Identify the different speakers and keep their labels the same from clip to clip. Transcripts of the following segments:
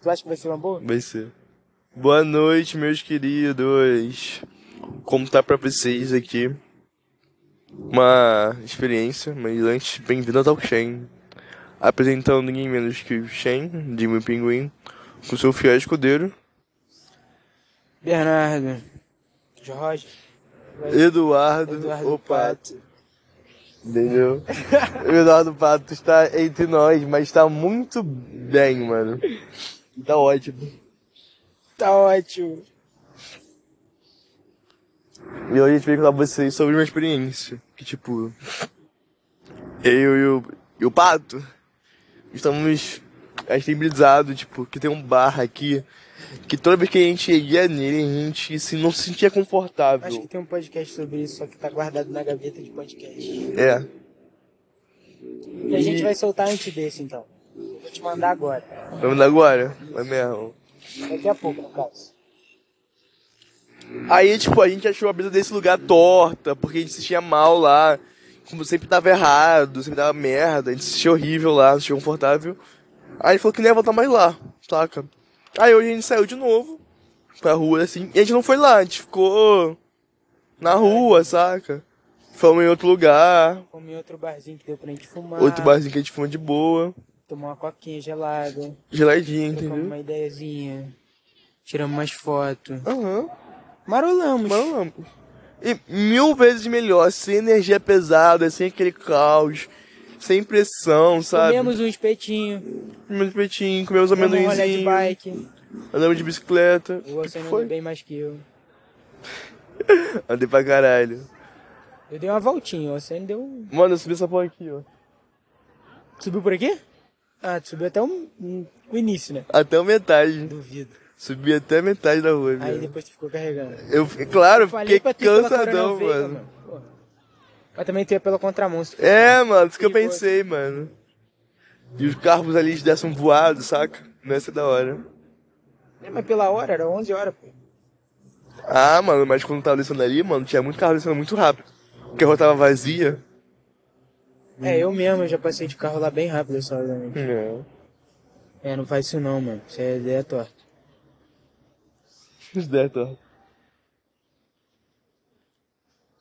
Speaker 1: Tu acha que vai ser uma boa?
Speaker 2: Vai ser. Boa noite, meus queridos. Contar pra vocês aqui uma experiência, mas antes, bem-vindo ao Shen. Apresentando ninguém menos que o Shen, Jimmy Pinguim, com seu fiel escudeiro,
Speaker 1: Bernardo. Jorge.
Speaker 2: Eduardo, o Pato. Entendeu? o Eduardo Pato está entre nós, mas está muito bem, mano. Tá ótimo.
Speaker 1: Tá ótimo.
Speaker 2: E hoje a gente veio falar pra vocês sobre uma experiência. Que tipo. Eu e o, e o Pato estamos astembrizados, tipo, que tem um bar aqui. Que toda vez que a gente ia nele, a gente se, não se sentia confortável.
Speaker 1: Acho que tem um podcast sobre isso, só que tá guardado na gaveta de podcast.
Speaker 2: É.
Speaker 1: E a gente vai soltar antes desse, então. Vou te mandar agora.
Speaker 2: Vamos dar agora? Vai mesmo.
Speaker 1: Daqui a pouco, no caso.
Speaker 2: Aí, tipo, a gente achou a brisa desse lugar torta, porque a gente se sentia mal lá. Como sempre dava errado, sempre dava merda, a gente se sentia horrível lá, se sentia confortável. Aí a gente falou que não ia voltar mais lá, saca? Aí hoje a gente saiu de novo pra rua, assim, e a gente não foi lá, a gente ficou na rua, saca? Fomos em outro lugar,
Speaker 1: Comi outro barzinho que deu pra gente fumar.
Speaker 2: outro barzinho que a gente fuma de boa,
Speaker 1: Tomou uma coquinha gelada.
Speaker 2: geladinho,
Speaker 1: Trocamos
Speaker 2: entendeu?
Speaker 1: uma ideiazinha. Tiramos umas fotos.
Speaker 2: Aham.
Speaker 1: Marolamos.
Speaker 2: Mano, não. E mil vezes melhor, sem energia pesada, sem aquele caos, sem pressão, sabe?
Speaker 1: Comemos um espetinho.
Speaker 2: Comemos peitinho, comemos
Speaker 1: Demos um rolê de
Speaker 2: amendoinzinho,
Speaker 1: bike.
Speaker 2: andamos de bicicleta. O
Speaker 1: Você
Speaker 2: que
Speaker 1: andou
Speaker 2: foi?
Speaker 1: bem mais que eu.
Speaker 2: Andei pra caralho.
Speaker 1: Eu dei uma voltinha, você deu um...
Speaker 2: Mano, eu subi essa porra aqui, ó.
Speaker 1: Subiu por aqui? Ah, tu subiu até um, um- o início, né?
Speaker 2: Até a metade.
Speaker 1: Duvido.
Speaker 2: Subi até a metade da rua,
Speaker 1: Aí
Speaker 2: velho.
Speaker 1: depois tu ficou carregando.
Speaker 2: Eu, fiquei- claro, eu
Speaker 1: Falei
Speaker 2: fiquei
Speaker 1: pra tu ir pela Coronel
Speaker 2: cansadão,
Speaker 1: Veiga,
Speaker 2: mano.
Speaker 1: Pô. Mas também tu ia pela contramão. se tu fosse.
Speaker 2: É, mano, isso que eu
Speaker 1: Perigoso.
Speaker 2: pensei, mano. E os carros ali dessem voado, saca? Não ia ser da hora.
Speaker 1: É, Mas pela hora, era 11 horas, pô.
Speaker 2: Ah, mano, mas quando tava descendo ali, mano, tinha muito carro descendo muito rápido. Porque a rua tava vazia.
Speaker 1: É, eu mesmo, eu já passei de carro lá bem rápido essa hora da noite.
Speaker 2: Não.
Speaker 1: É, não faz isso não, mano. Isso é ideia torta.
Speaker 2: Isso daí é torto.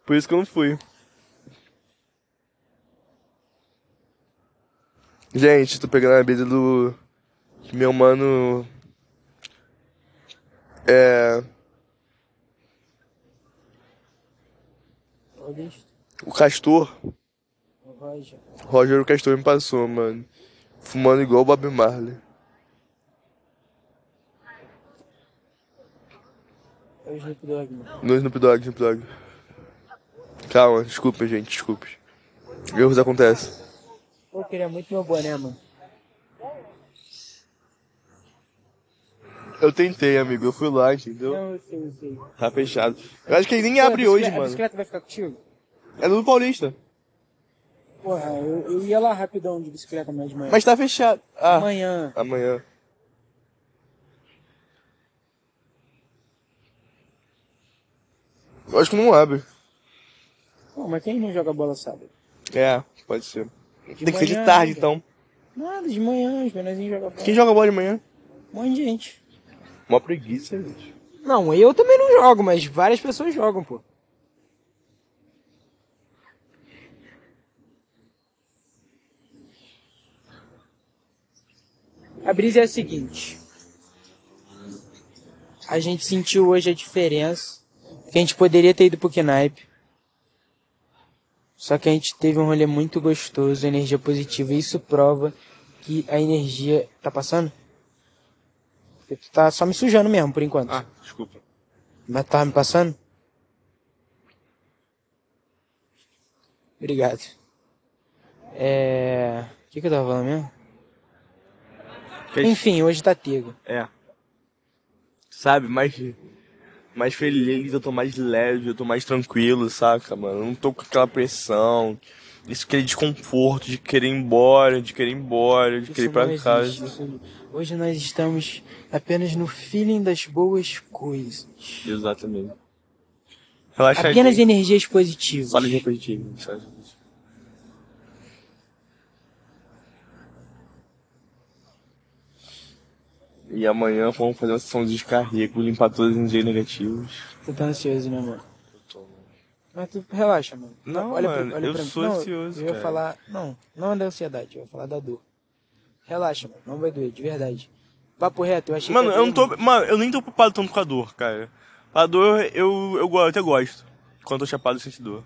Speaker 2: Por isso que eu não fui. Gente, tô pegando a bebida do. que meu mano. É.
Speaker 1: Paulista,
Speaker 2: O Castor.
Speaker 1: Roger.
Speaker 2: Roger o Castor me passou, mano. Fumando igual o Bob Marley.
Speaker 1: É o Snoop Dogg, mano.
Speaker 2: No Snoop Dogg, Snoop Dogg. Calma, desculpa, gente, desculpa. Erros acontecem.
Speaker 1: Pô, Eu queria muito meu boné, mano.
Speaker 2: Eu tentei, amigo, eu fui lá, entendeu?
Speaker 1: Não, eu sei, eu sei.
Speaker 2: Tá fechado. Eu acho que ele nem
Speaker 1: Pô, a
Speaker 2: abre hoje,
Speaker 1: bicicleta- A
Speaker 2: mano.
Speaker 1: bicicleta vai ficar contigo?
Speaker 2: É do Paulista.
Speaker 1: Porra, eu, eu ia lá rapidão de bicicleta mais de manhã.
Speaker 2: Mas tá fechado. Ah,
Speaker 1: Amanhã.
Speaker 2: amanhã. Eu acho que não abre.
Speaker 1: Pô, mas quem não joga bola sábado?
Speaker 2: É, pode ser.
Speaker 1: De
Speaker 2: Tem que ser de
Speaker 1: manhã
Speaker 2: tarde,
Speaker 1: ainda.
Speaker 2: então.
Speaker 1: Nada, de manhã, os menorzinhos jogam bola.
Speaker 2: Quem joga bola de manhã?
Speaker 1: Um monte de gente.
Speaker 2: Uma preguiça, gente.
Speaker 1: Não, eu também não jogo, mas várias pessoas jogam, pô. A brisa é a seguinte. A gente sentiu hoje a diferença. Que a gente poderia ter ido pro Knipe. Só que a gente teve um rolê muito gostoso, energia positiva. E isso prova que a energia. Tá passando? Tu tá só me sujando mesmo, por enquanto.
Speaker 2: Ah, desculpa.
Speaker 1: Mas tava me passando? Obrigado. É. O que, que eu tava falando mesmo?
Speaker 2: Quer-
Speaker 1: Enfim, hoje tá Tego.
Speaker 2: É. Sabe, mais, mais feliz, eu tô mais leve, eu tô mais tranquilo, saca, mano? Eu não tô com aquela pressão, esse aquele desconforto de querer ir embora, de querer ir embora, de querer ir pra
Speaker 1: não
Speaker 2: casa.
Speaker 1: existe, isso- Hoje nós estamos apenas no feeling das boas coisas.
Speaker 2: Exatamente. Relaxa
Speaker 1: Apenas energias positivas.
Speaker 2: é Fala de repetitivo, sabe? E amanhã vamos fazer uma sessão de descarrego, limpar todos os energias negativas.
Speaker 1: Você tá ansioso, né, mano? Mas tu relaxa, mano.
Speaker 2: Não,
Speaker 1: olha pra-
Speaker 2: mano,
Speaker 1: olha
Speaker 2: eu
Speaker 1: pra mim.
Speaker 2: sou
Speaker 1: Não,
Speaker 2: ansioso,
Speaker 1: Eu ia
Speaker 2: cara.
Speaker 1: falar. Não, não é da ansiedade, eu ia falar da dor. Relaxa, mano. Não vai doer, de verdade. Papo reto, eu achei
Speaker 3: Mano,
Speaker 1: que. ia
Speaker 3: eu não
Speaker 1: doer,
Speaker 3: tô. Mano, eu nem tô preocupado tanto com a dor, cara. A dor eu, eu, go- eu até gosto. Quando eu tô chapado, eu sinto dor.